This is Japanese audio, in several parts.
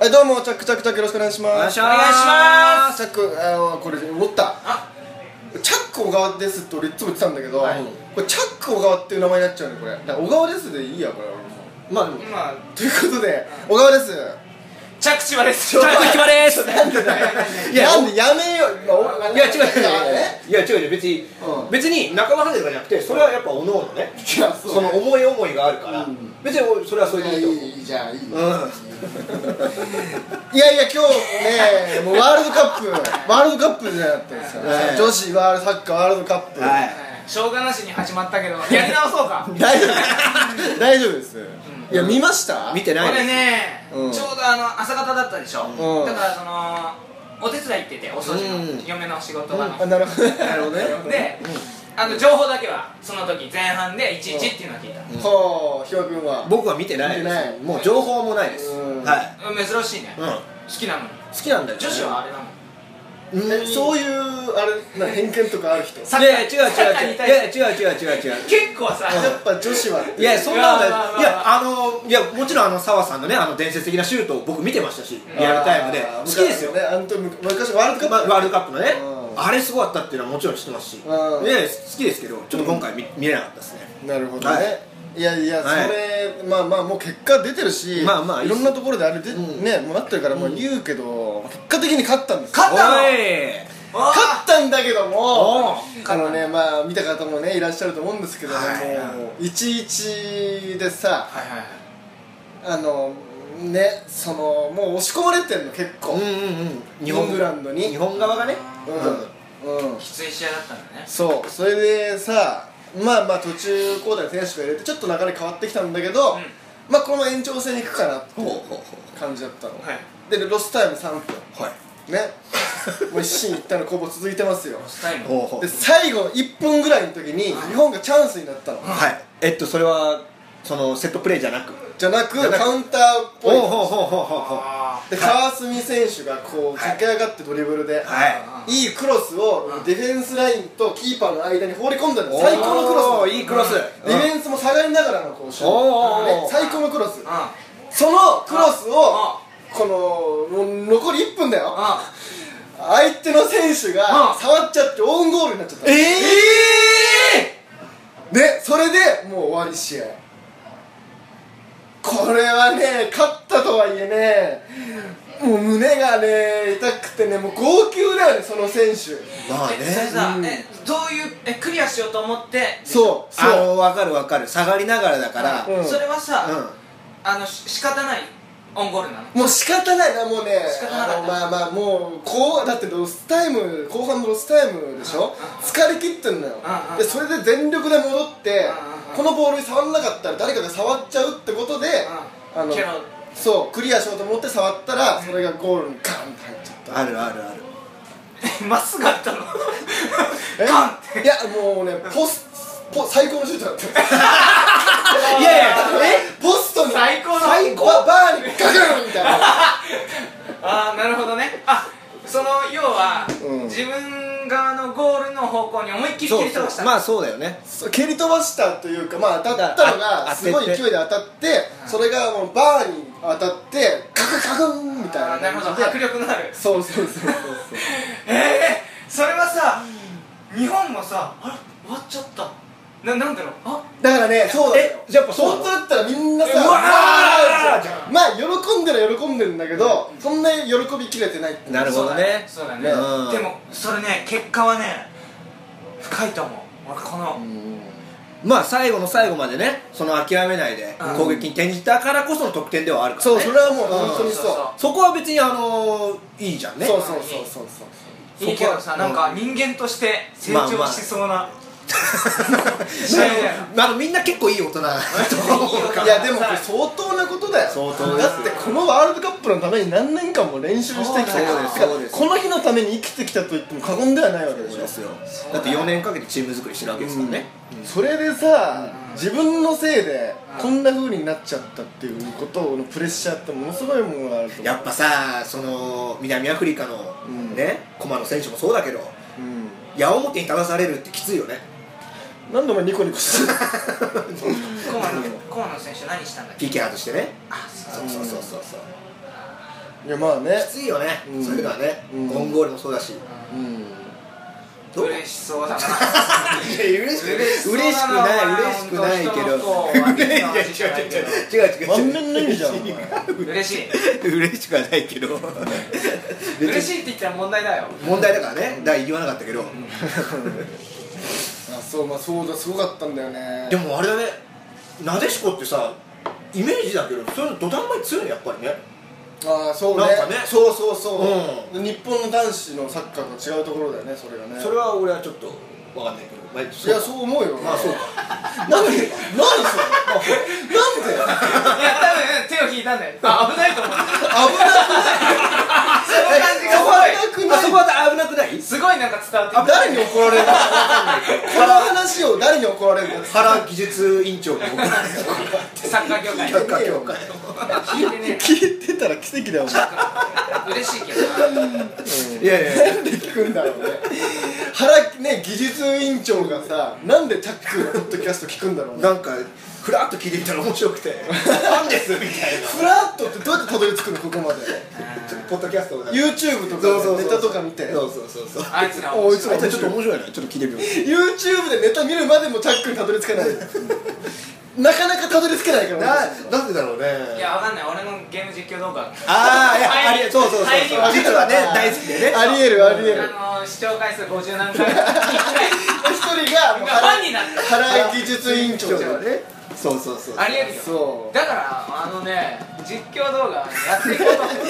はいどうもチャックチャックチャックよろしくお願いしますお願いしますチャックあのこれ思ったチャック小川ですって俺いつも言ってたんだけど、はいこれチャック小川っていう名前になっちゃうねこれだから小川ですでいいやこれ俺もまあでも今ということで小川です着地はです チャックひまですいやなんでやめよう、まあおいや違う違うえいや違う違う別に、うん別に仲間外れとかじゃなくてそれはやっぱおのおのねいやそうその思い思いがあるから、うん別に俺それはそれいやでいいいと思ういいいじゃあいい、うんいやいや今日ねもうワールドカップワールドカップじゃなくてですよ、はい女子ワールドサッカーワールドカップ、はいしょうがなしに始まったけどやり直そう かこ大丈夫大丈夫です、いや見ました見てないれですねちょうんうどあの朝方だったでしょうんだからそのお手伝い行っててお掃除うのん嫁の仕事場あのなるほどなるほどねであの情報だけはその時前半でいちいちっていうのは聞いたほうひろくんは僕は見てない見てですないもう情報もないです、うんはい、珍しいねうん、好好きなのにきなんだよ、ね、女子はあれなのうんえそういうあれな偏見とかある人やサッいカーや違う違う違うサッカーに対いやして違う違う違う違う結構さっぱ女子はっていやそんなことうわなういわいやあのいやもちろんあの澤さんのねあの伝説的なシュートを僕見てましたしリアルタイムであー好きですよ昔のねあの時昔ワールドまカッあプワールドカップのねうんあれすごかったっていうのはもちろん知ってますしねうん好きですけどちょっと今回見見れなかったですねなるほどね、、はいやいやそはいれ、まあまあもう結果出てるしまあまあいいいっすろんなところであれで、うんねもうなってるからもう言うけど、結果的に勝ったんですよ勝ったのおい勝ったんだけどもおあのねまあ見た方もねいらっしゃると思うんですけどもはい1-1でさはいはいはいあのねそのもう押し込まれてんの結構うんううんうん日イ本ングランドに日本側がねんうんきつい試合だったんだねそうそれでさまあまあ途中交代の選手が入れてちょっと流れ変わってきたんだけどうんまあこのまま延長戦に行くかなってほうほうほ感じだったのはいでロスタイム3分うはいねもう一進一退の攻防続いてますよロスタイムほうほうで最後の1分ぐらいの時に日本がチャンスになったのはいえっとそれはそのセットプレーじゃなくじゃなくじゃなくカウンターっぽほういほうほうほうほうほうあで川澄選手がこうはい駆け上がってドリブルで、、はいいクロスをうんディフェンスラインとキーパーの間に放り込んだのおー最高のクロスいいクロスディフェンスも下がりながらのこうシュートおーね最高のクロスあそのクロスをあこのもう残り1分だよあ相手の選手うがん触っちゃってオウンゴールになっちゃったえねえそれでもう終わり試合これはね勝ったとはいえねもう胸がね痛くてねもう号泣だよねその選手まあえそれねさ、うんえどういうえクリアしようと思ってそうあそうの分かる分かる下がりながらだからうんそれはさ、うんあのし仕方ないオンゴールなのもう仕方ないなもうね仕方なかったあのまあまあもうこうだってロスタイム後半のロスタイムでしょ疲れ切ってんのようんうんでそれで全力で戻ってうんうんこのボールに触んなかったら誰かが触っちゃうってことでうんあのけどそうクリアしようと思って触ったらそれがゴールにガンって入っちゃったあるあるあるえまっすぐあったのえガンっていやもうねポスポ最高のシュートだったいやいやえポストに最高の最高バーにガクンみたいなああなるほどねあその要は、うん自分側のゴールの方向に思いっきり蹴り飛ばしたまあそうだよねそう蹴り飛ばしたというかまあ当たったのがあすごい当て勢いてで当たってそれがもうバーに当たってカクカクンみたあいーななるほ感どじ迫で力のあるそうそうそうそうえ えそれはさ日本もさあれ終わっちゃったななんだろうあだからねそうだよえやっぱそう本なの当だったらみんなさうわーーってまあ喜んでるは喜んでるんだけどそんなに喜びきれてないっていうなるほどねそうだねねでもそれね結果はね深いと思う俺この、まあ最後の最後までねその諦めないでうん攻撃に転じたからこその得点ではあるからそうそれはもううん本当にそうそこは別にあのーいいじゃんねそう そうそうそうそういいけどさそこなはんか人間として成長しそうな試合だよまあまああのみんな結構いい大人だと思うからいやでもこれ相当なことだよ相当ですだってこのワールドカップのために何年間も練習してきたからそうですそうでてすかこの日のために生きてきたと言っても過言ではないわけでしょですよだって4年かけてチーム作りしてるわけですからねそれでさ、自分のせいでこんな風になっちゃったっていうことのプレッシャーってものすごいものがあると思うやっぱさその南アフリカのうんね駒野選手もそうだけどうん矢面に立たされるってきついよねなんでお前ニコニコ してる河野河野選手何したんだっけ PK 外してねあそうそうそうそうそういやまあねきついよね、うんそういうのはね、うんゴンゴールもそうだし、うんどう嬉しそうだな嬉しくそう嬉しくだないな嬉しくないけどお前本当人の不幸は嬉嬉しくないけどしい違う違う違う違う満面の意味 じゃんお 前嬉しい嬉しくはないけど嬉いしいって言ったら問題だよ問題だからねだから言わなかったけど、あそうまあそうだすごかったんだよねでもあれだねなでしこってさイメージだけどそういうの土壇場に強いねやっぱりねああそうねなんかねそうそうそう、日本の男子のサッカーと違うところだよねそれがねそれは俺はちょっと分かんないけどまあいやそう思うよまあそうか なんでなんでそれなんでいや多分手を引いたんだよ危ないと思う危なその感じがすごいくないあそこは危なくないすごいなんか伝わってくない誰に怒られるのか分かんないけどこの話を誰に怒られるのか原技術委員長の 僕らきてサッカー業界聞いてねえ協よ会聞いてね聞いてたら奇跡だよお前嬉しいけどないやいやいやなんで聞くんだろうね原ね技術委員長がさなんでチャックのポッドキャスト聞くんだろうねなんかふらっと聞いてみたら面白 くて「なんです」みたいなフラッとってどうやってたどり着くのここまでちょっとポッドキャストとか YouTube とかでネタとか見てそうそうそうそうあいつらおいつらあいつちょっと面白いなちょっと聞いてみよう YouTube でネタ見るまでもチャックにたどり着かないなかなかたどり着けないからな私たちなんでだろうねいやわかんない俺のゲーム実況動画 ああいやあ入りりそうそうそうそう入り実ははね大好きでねありえるありえるあのー視聴回数50何回が一人がもうファンになった原井技術委員長だよねねそうそうそうありえるよそうだからあのね実況動画やっていこうと思っ て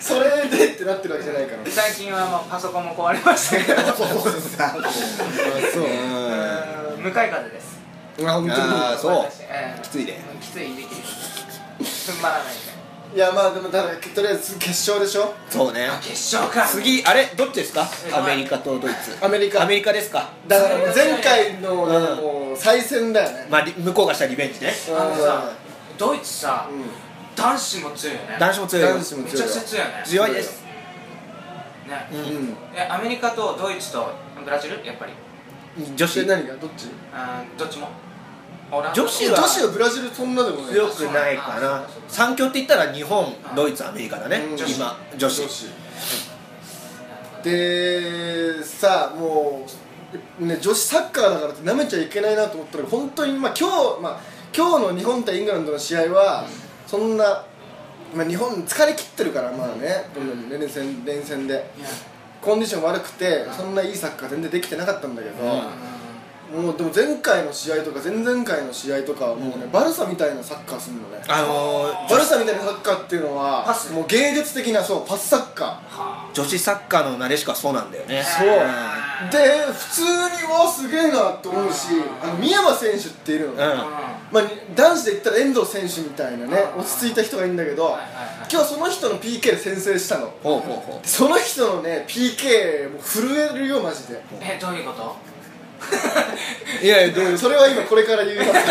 それでってなってるわけじゃないから最近はまあパソコンも壊れましたけどう そうさそうーん向かい風ですあ本あーそう私ええきついねきついできる踏ん張らないでいやまあでもだからとりあえず決勝でしょそうね決勝か次あれどっちですかえアメリカとドイツアメリカアメリカですかだから前回のうんだからもう再戦だよねまあリ向こうがしたリベンジねあのさドイツさ、うん男子も強いよね男子も強いよ男子もめちゃくちゃ強いよね強いですねうんえアメリカとドイツとブラジルやっぱり女それ子何がどっちあーどっちもオランダ女女子は子はブラジルそんなでもない強くないかな三強って言ったら日本ドイツアメリカだねうん今女子でさあもう、ね、女子サッカーだからってなめちゃいけないなと思ったら本当に、まあ、今日、まあ、今日の日本対イングランドの試合は、そんな、まあ、日本疲れ切ってるからまあね、どんどんね連戦連戦でいやコンディション悪くてそんないいサッカー全然できてなかったんだけど、うもうでも前回の試合とか前々回の試合とかはもうね、バルサみたいなサッカーするのねあのーバルサみたいなサッカーっていうのはパスもう芸術的なそうパスサッカー女子サッカーのなでしこはそうなんだよねそうで普通にわすげえなと思うしあの宮山選手っているの、うんんうんまあ、男子で言ったら遠藤選手みたいなね落ち着いた人がいるんだけど、いはいはい今日その人の PK で先制したのほうほうほうその人のね PK もう震えるよマジでえどういうこといやいやどうそれは今これから言いますから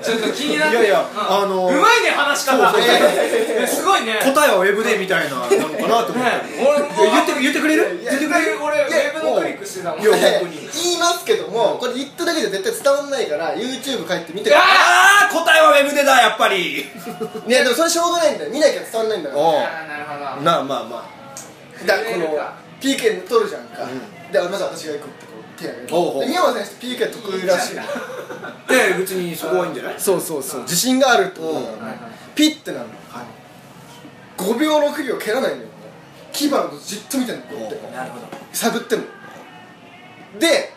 ちょっと気になっていやいやうんあのーうまいね話し方そう そうえーすごいねね答えはウェブでみたいななのかな と思って俺も言って言ってくれるいや絶言ってくれ対る俺ウェブのクリックしてたもんいやいや本当言いにますけどもこれ言っただけじゃ絶対伝わんないから YouTube 帰って見てくださああ答えはウェブでだやっぱ りいいやでもそれしょうがないんだよ見なきゃ伝わんないんだからおなるほどなあまあまだからこの震えるか PK 取るじゃんか、でまず私が行くってこう手挙げるおうおうで宮山選手って PK 得意らしいのあで別にそこはいいんじゃないそうそうそう自信があるってことだからねピッてなるの、5秒6秒蹴らないのよもうキーパーのことじっと見てんのこうやってなるほど探ってんので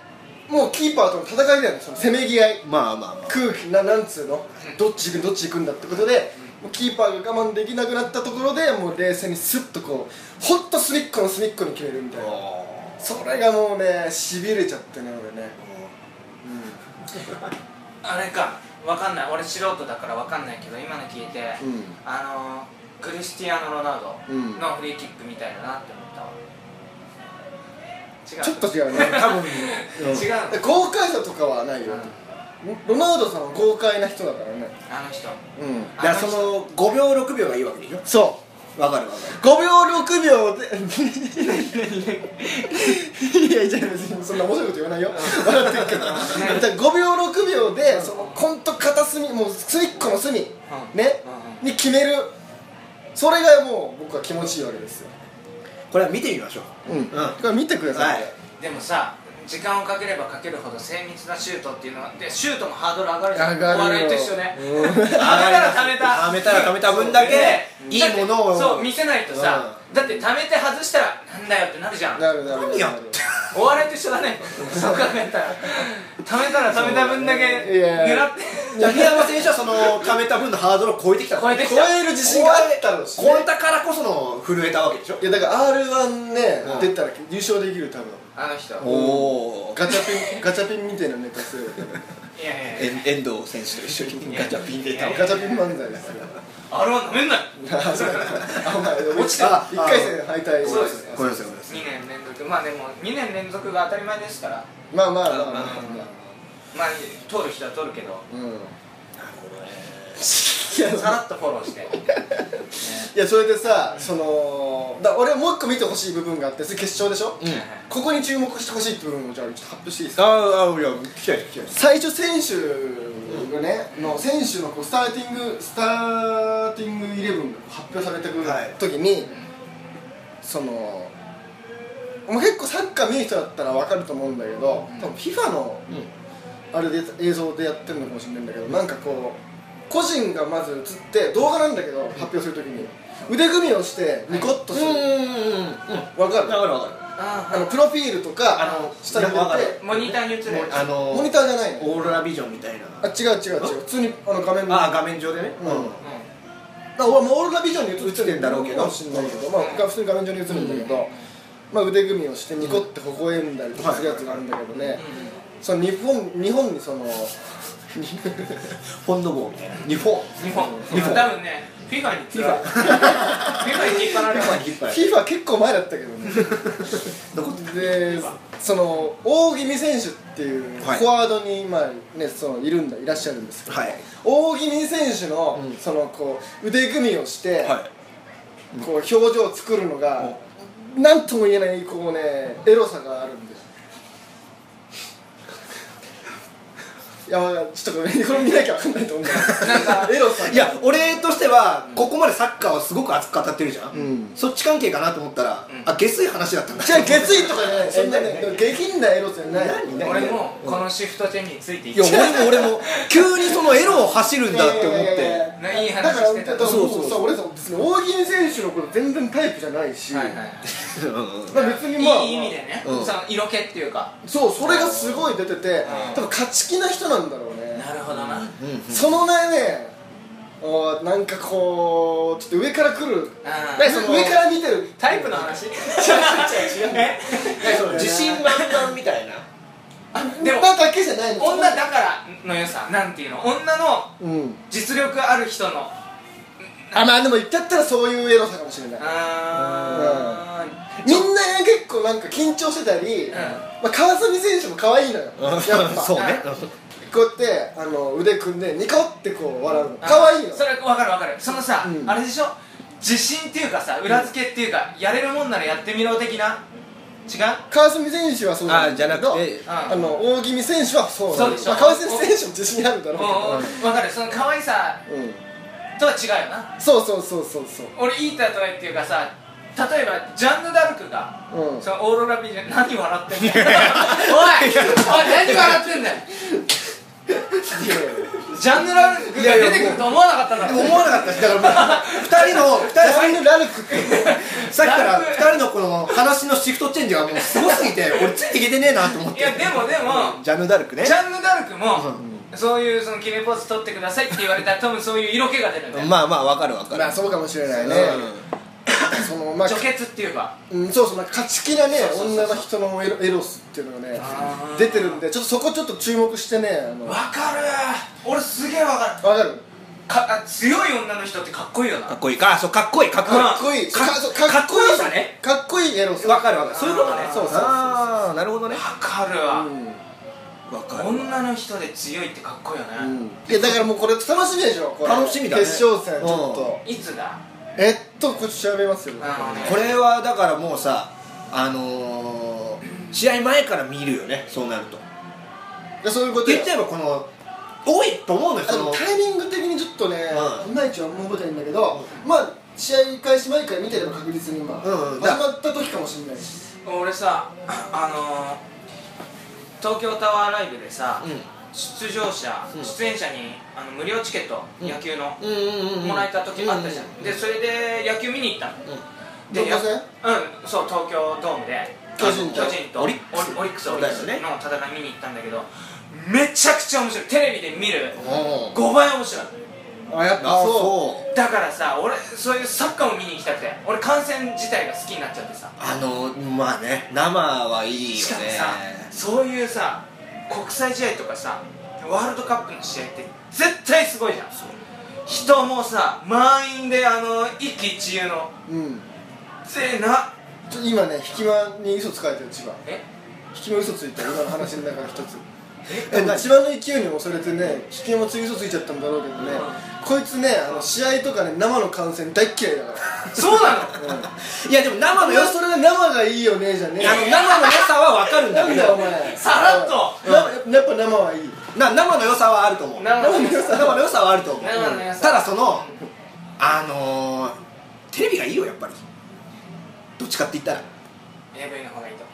もうキーパーとの戦いだよねそのせめぎ合いまあまあまあ空気ななんつうのどっち行くどっち行くんだってことで、もうキーパーが我慢できなくなったところでもう冷静にスッとこうほんと隅っこの隅っこに決めるみたいなそれがもうねしびれちゃってね俺ねあれかわかんない俺素人だからわかんないけど今の聞いてうんあのークリスティアーノ・ロナウドうんのフリーキックみたいだなって思ったわ違うちょっと違うね 多分 違うの豪快さとかはないよロナウドさんは豪快な人だからねあの人うんだからその5秒6秒がいいわけでしょそわかるわかるう5秒6秒でいやいや別にそんな面白いこと言わないよ笑ってるけどだから5秒6秒でそのコント片隅もう隅っこの隅ねうんに決めるそれがもう僕は気持ちいいわけですよ、これは見てみましょううんうんこれ見てください、はいでもさ時間をかければかけるほど精密なシュートっていうのはでシュートもハードル上がるじゃん上がるよお笑いと一緒ね、うん上がったら貯めた貯めたら貯めた分だけそうねいいものをだってそう見せないとさ、だって貯めて外したらなんだよってなるじゃんなるなるなる何やってお笑いと一緒だねそう考えたら貯めたら貯めた分だけいや狙って崎山選手はその貯めた分のハードルを超えてきた超えてき超える自信があったのし、ね超えたからこその震えたわけでしょいやだから r 1ね、うん出たら優勝できる多分あの人おおガチャピンガチャピンみたいなネタする いやいやいや遠藤選手と一緒にガチャピンで倒れガチャピン漫才ですよあれはなめんないあそうあお前落ちたあ一回戦敗退そうですねごめんなさいごめんなさ2年連続まあでも2年連続が当たり前ですからまあまあまあまあまあ取る人は取るけどまあうんさらっとフォローしていやそれでさそのだ俺もう一個見てほしい部分があってそれ決勝でしょ、いここに注目してほしいって部分をじゃあちょっと発表していいですかああいや来たよ来たよ最初選手がね、の選手のこうスターティングスターティングイレブンが発表されてくるはい時に、そのまあ結構サッカー見る人だったら分かると思うんだけど、うん多分 FIFA のうんあれで映像でやってるのかもしれないんだけどなんかこう個人がまず映って動画なんだけど発表する時に腕組みをしてニコッとする、うんうんわかるだからわかああのプロフィールとかあの下に出てわかるモニターに映るるあのモニターじゃないのオーロラビジョンみたいなあ違う違う違う普通にあの画面ああ画面上でねうんうんうまあ、俺もオーロラビジョンに映映ってんだろうけどかもしれないけど、まあ、僕は普通に画面上に映るんだけど、まあ、腕組みをしてニコって微笑んだりとかするやつがあるんだけどね、その日本日本にそのフォンドボーみたいな日本ん日本日本多分ねフィファにフィファフィファに引っ張られる引っ張られる FIFA 結構前だったけどね残っでその大気味選手っていうフはいォワードに今、ね、そのいるんだいらっしゃるんですけど、はい大気味選手の,、うんそのこう腕組みをして、はいこう表情を作るのが何とも言えないこうねエロさがあるんですいやまあちょっとごめんこれ見なきゃ分かんないと思うからなんかエロさいや俺としてはここまでサッカーはすごく熱く語ってるじゃん、うんそっち関係かなと思ったら、うんあ下水話だったんだ違う決意とかじゃないそんなねえ何下品なエロじゃない何何俺もこのシフトチェンジについていいやっちゃう俺も俺も急にそのエロを走るんだって思っいやいやいてやねいいだ話からしてだたからそうもそううそうさ俺さ別に大喜利選手のこと全然タイプじゃないし、はいはいうんうんまあ別にまあいい意味でねうんその色気っていうかそうそれがすごい出ててうん多分勝ち気な人なんだろうねなるほどなそのねねおーなんかこうちょっと上から来るあーねその上から見てるタイプの話違う違う違う えその自信満々みたいなでも女だけじゃないの女だからの良さなんていうの女のうん実力ある人のあまあでも言ったったらそういうエロさかもしれないあーみんなね結構なんか緊張してたり、んまあ、川澄選手も可愛いのよやっぱそうこねうやってあの腕組んでニコってこう笑うの可愛いのそれわかるわかるそのさ、うんあれでしょ自信っていうかさ裏付けっていうか、やれるもんならやってみろ的な違う川澄選手はそうなんだけどあーじゃなくてあの大気味選手はそうなんだそうでしけょど、まあ、川澄選手も自信あるだろうけおうおうわかるその可愛さど、うん、とは違うよなそうそうそうそうそう俺いい例えっていうかさ例えばジャンヌ・ダルクが、うんそのオーロラビジョン何笑ってんだよ おいおい何笑ってんだよジャンヌ・ダルクが出てくると思わなかったんだでろも思わなかったしだからもう2人の2人ジさャンヌ・ラルクってさっきから2人のこの話のシフトチェンジがもうすごすぎて 俺ついていけてねえなと思っいてやでもでも、ジャヌ・ダルクねジャンヌ・ダルクも、そういうその決めポーズ取ってくださいって言われたら多分そういう色気が出るんだよ、まあまあわかるわかる まあそうかもしれないね、そのまあ除血っていうかうん、そうそうなんか勝ち気なねそうそうそうそう女の人のエロエロスっていうのがねあー出てるんでちょっとそこちょっと注目してねあのわわかる俺すげえわかるかるかあ強い女の人ってかっこいいよなかっこいいかあそうかっこいいかっこいいかあっこいいかそうかっこよさねかっこいいエロスわかるわかるそういうことねそうそうそうそうああなるほどねわかるわ、わか女の人で強いってかっこいいよね、うん、うん、いやだからもうこれ楽しみでしょこれ楽しみだね決勝戦ちょっといつだえっとこっち調べますよあのねこれはだからもうさあのー、試合前から見るよねそうなるといやそういうことよ言っちゃえばこの多いと思うのよあそののタイミング的にちょっとね、ういまいちは思うことないんだけど、まあ試合開始前から見てれば確実に今、うんうん始まった時かもしれないし俺さあのー東京タワーライブでさ、う出場者、うん出演者にあの無料チケット、うん野球の、んうんうんうんもらえた時あったじゃん、でそれで野球見に行ったのでどこ戦やうんそう東京ドームで巨人と巨人とオリックスオリックスオそうリッだクよスねの戦い見に行ったんだけどめちゃくちゃ面白いテレビで見るお5倍面白いあやっあぱあそうそうだからさ俺そういうサッカーも見に行きたくて俺観戦自体が好きになっちゃってさあのまあね生はいいよねしかも さそういうさ国際試合とかさワールドカップの試合って絶対すごいじゃん人もさ満員であの一喜一憂のうんぜーなちょ今ね引き間に嘘つかれてる千葉え引き間嘘ついた今の話の中の一つえでも千葉の勢いにもそれてね引き間もつい嘘ついちゃったんだろうけどね、こいつねあの試合とかね生の観戦大っ嫌いだからそうなのいやでも生のい良やさそれは生がいいよねじゃねあの生の良さはわかるんだなけんどだお前さらっとうんなやっぱ生はいいな生の良さはあると思う生の良さ生の良さはあると思う生の良さただそのあのー、テレビがいいよやっぱりどっちかって言ったら AV の方がいいと思う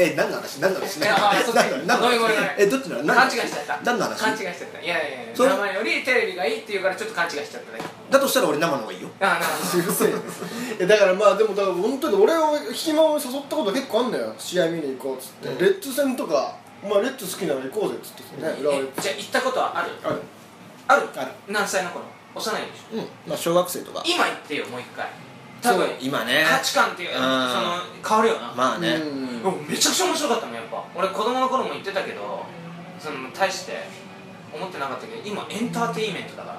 え何の話何の話いや あそっち何の話何のごめんごめんごめん話えどっちの話何の勘違い話しちゃった何の勘違い話しちゃったいやいやいやそれ名前よりテレビがいいって言うからちょっと勘違いしちゃったねだとしたら俺生の方がいいよああなるうるせえよ いやだからまあでもだから本当に俺を引き間を誘ったこと結構あんだよ試合見に行こうっつって、うんレッツ戦とか「お前レッツ好きなら行こうぜ」っつってね浦ほど和レえじゃあ行ったことはあるあるあるある何歳の頃幼いでしょうんまあ小学生とか今行ってよもう一回多分そう今ね価値観っていううんその変わるよな、まあね、うんうんめちゃくちゃ面白かったもんやっぱ俺子供の頃も言ってたけどその大して思ってなかったけど今エンターテインメントだから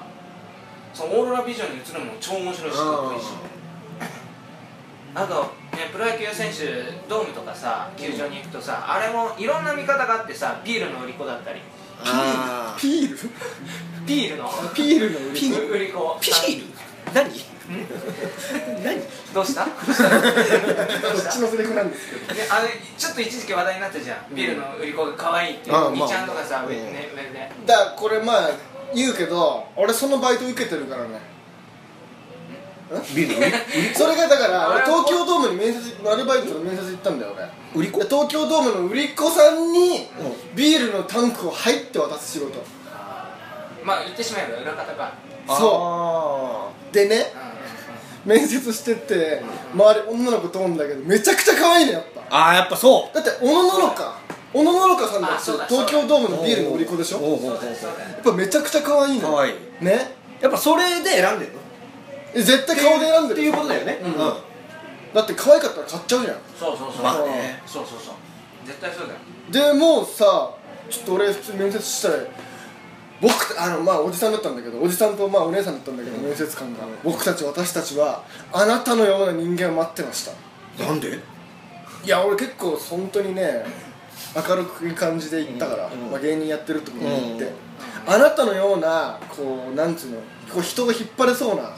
そのオーロラビジョンに映るのも超面白いしかっこいいしあと、ね、プロ野球選手ドームとかさ球場に行くとさ、あれもいろんな見方があってさビールの売り子だったりあーピール ビールのピールの売りピー ル売り子ピシール何何どうしたどうこしったちのセリフなんですけどであれちょっと一時期話題になったじゃん、ビールの売り子が可愛いってああみちゃんとかさ、まあ上うんね上で、だからこれまあ言うけど俺そのバイト受けてるからねビールの売りそれがだから俺あれは東京ドームに面接アルバイトの面接行ったんだよ俺売り子で東京ドームの売り子さんにうビールのタンクを入って渡す仕事まあ言ってしまえば裏方かそそうでね面接してって周り女の子通るんだけどめちゃくちゃ可愛いねやっぱうああやっぱそうだって小野ののか小野ののかさんだあそうだって東京ドームのビールの売り子でしょおうやおうおうおうそうだよっぱめちゃくちゃ可愛いの可愛いねやっぱそれで選んでるのえ絶対顔で選んでるっていうことだよねうんだって可愛かったら買っちゃうじゃんそうそうそう、まあねそうそうそう絶対そうだよでもうさちょっと俺普通に面接したら僕たあのまあおじさんだったんだけどおじさんとまあお姉さんだったんだけど、面接官が、僕たち私たちはあなたのような人間を待ってましたなんでいや俺結構本当にね明るくいい感じで行ったから、うんまあ、芸人やってるとこに行って、うんあなたのようなこうなんつうのこう人が引っ張れそうな、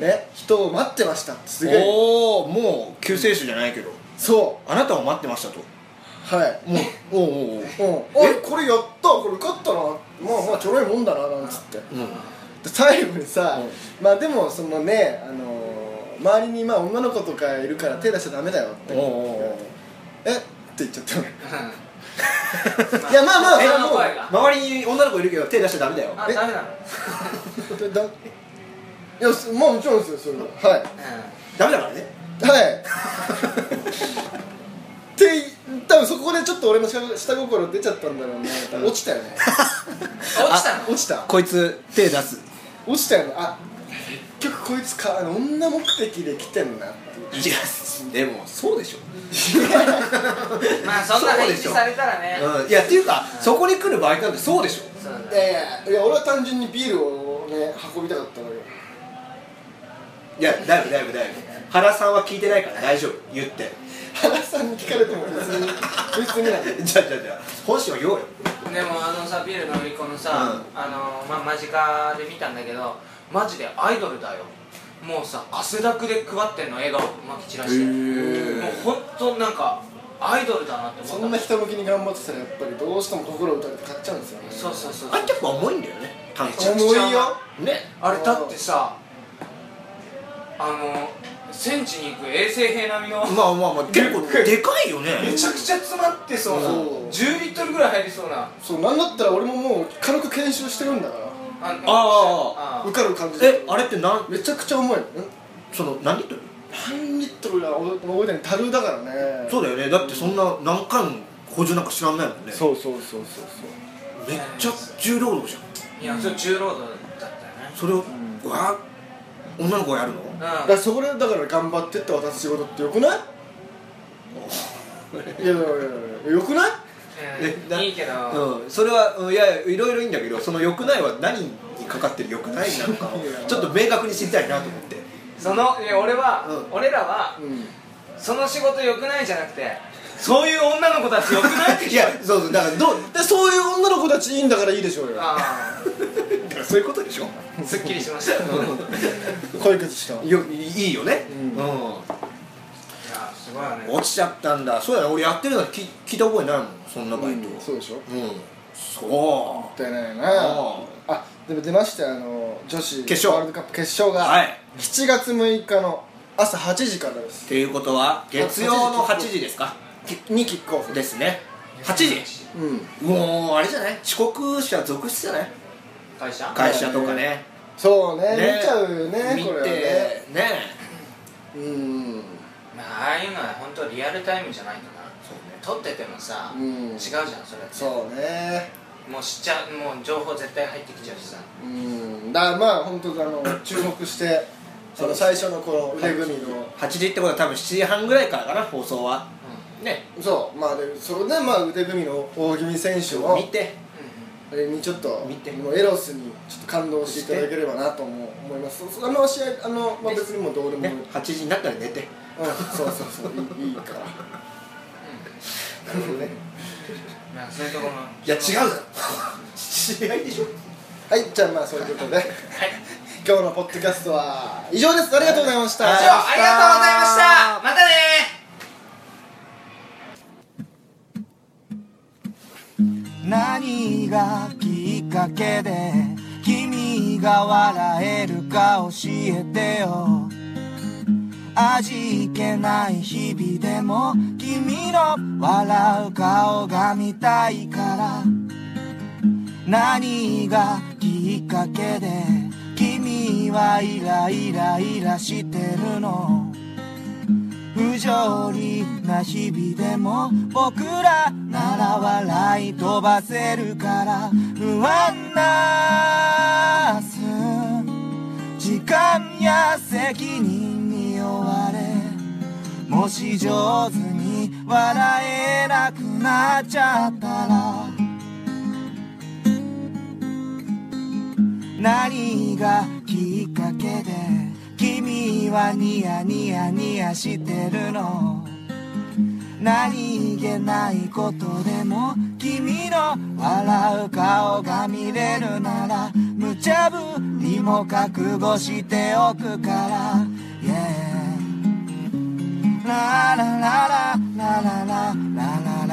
ね人を待ってましたすげえおおもう救世主じゃないけどそあなたを待ってましたとうはいもうおうおううおうん、あこれやったこれ勝ったなまあまあちょろいもんだななんつってで最後にさ、まあでもそのね、あのー周りにまあ女の子とかいるから手出しちゃダメだよっておうおうおうえって言っちゃったのうんいやまあまあそそれれはのもう声が周りに女の子いるけど手出しちゃダメだよあえダメなのうんでだいやすまあもちろんですよそれははいダメだからねはいって多分そこでちょっと俺の下下心出ちゃったんだろうね多分落ちた よね落ちたの落ちたこいつ手出す落ちたよねあ結局こいつかあの女目的で来てんなっていういやでもそう でしょまあそんなそう返で事しょされたらねうんいやっていうかそこに来る場合なんてそうでしょそうだいやいやいや俺は単純にビールをね運びたかったのよいやだいぶだいぶだいぶ原さんは聞いてないから大丈夫言って原さんに聞かれても別に別に なんでじゃあじゃあじゃあ本心を言おうよでもあのさビールの売り子のさ、あのまあ、間近で見たんだけどマジでアイドルだよもうさ汗だくで配ってんの笑顔まき散らしてもへーう本当なんかアイドルだなって思ったそんなひたむきに頑張ってたらやっぱりどうしても心打たれて買っちゃうんですよねそうそうそうあれ結構重いんだよね単めちゃくちゃ重いよねあれだってさあの戦地に行く衛生兵並みのまあまあまあ結構でかいよねめちゃくちゃ詰まってそうなそう10リットルぐらい入りそうなそうなんだったら俺ももう軽く研修してるんだからあのあ受かる感じえあれってなんめちゃくちゃ重いのんその何リットル何リットルが覚えてない樽だからねそうだよねだってそんな何回も補充なんか知らんないもんねそうそうそうそうそうめっちゃ重労働じゃんいやそれ重労働だったよねそれをんわー女の子がやるのうだからんそこでだから頑張ってって渡す仕事ってよくないいやいやいやいやよくないえうなんいいけど、うん、それはうんいやいろいろいいんだけどその良くないは何にかかってる良くないなのかを いやちょっと明確に知りたいなと思って そのいや俺は、う俺らはうんその仕事良くないじゃなくてそういう女の子たち良くないって いやそうそうだからどうでそういう女の子たちいいんだからいいでしょうよあだからそういうことでしょあすっきりしましたい解決したよいいよねうんやすごいよね落ちちゃったんだそうだね俺やってるの聞聞いた覚えないもんそんなバイトうんそうでしょもうんそったいないなああでも出ましたよあの女子決勝ワールドカップ決勝うが、はい7月6日の朝8時からですっていうことは月曜の8時ですかにキックオフですね8時うんもうあれじゃない遅刻者続出じゃない会社会社とかねそうねね見ちゃうよね見これはてねねうんまあああいうのは本当リアルタイムじゃないとなそう撮っねててもさ、うん違うじゃんそれそうねもう知っちゃうもう情報絶対入ってきちゃうしさうんだからまあ本当あの注目してその最初のこの腕組みの8時ってことは多分7時半ぐらいからかな放送はねそうまあでそれでまあ腕組みの大気味選手見のてあれにちょっと見てもうエロスにちょっと感動していただければなとも思いますそそあの試合あの、まあ、別にもうどうでもいい、ね8時になったら寝てうん、そうそうそういいいいからなるほどねうん、まあそういうところもいや違 うだろ知り合いでしょはいじゃあまあそういうことで 今日のポッドキャストは以上ですありがとうございました、はい以上ありがとうございましたまたね何がきっかけで君が笑えるか教えてよ味気ない日々でも君の笑う顔が見たいから何がきっかけで君はイライライラしてるの不条理な日々でも僕らなら笑い飛ばせるから不安な明日時間や責任に追われもし上手に笑えなくなっちゃったら何がきっかけで君はニヤニヤニヤしてるの何気ないことでも君の笑う顔が見れるなら無茶ぶりも覚悟しておくから Yeah ラララララララララララ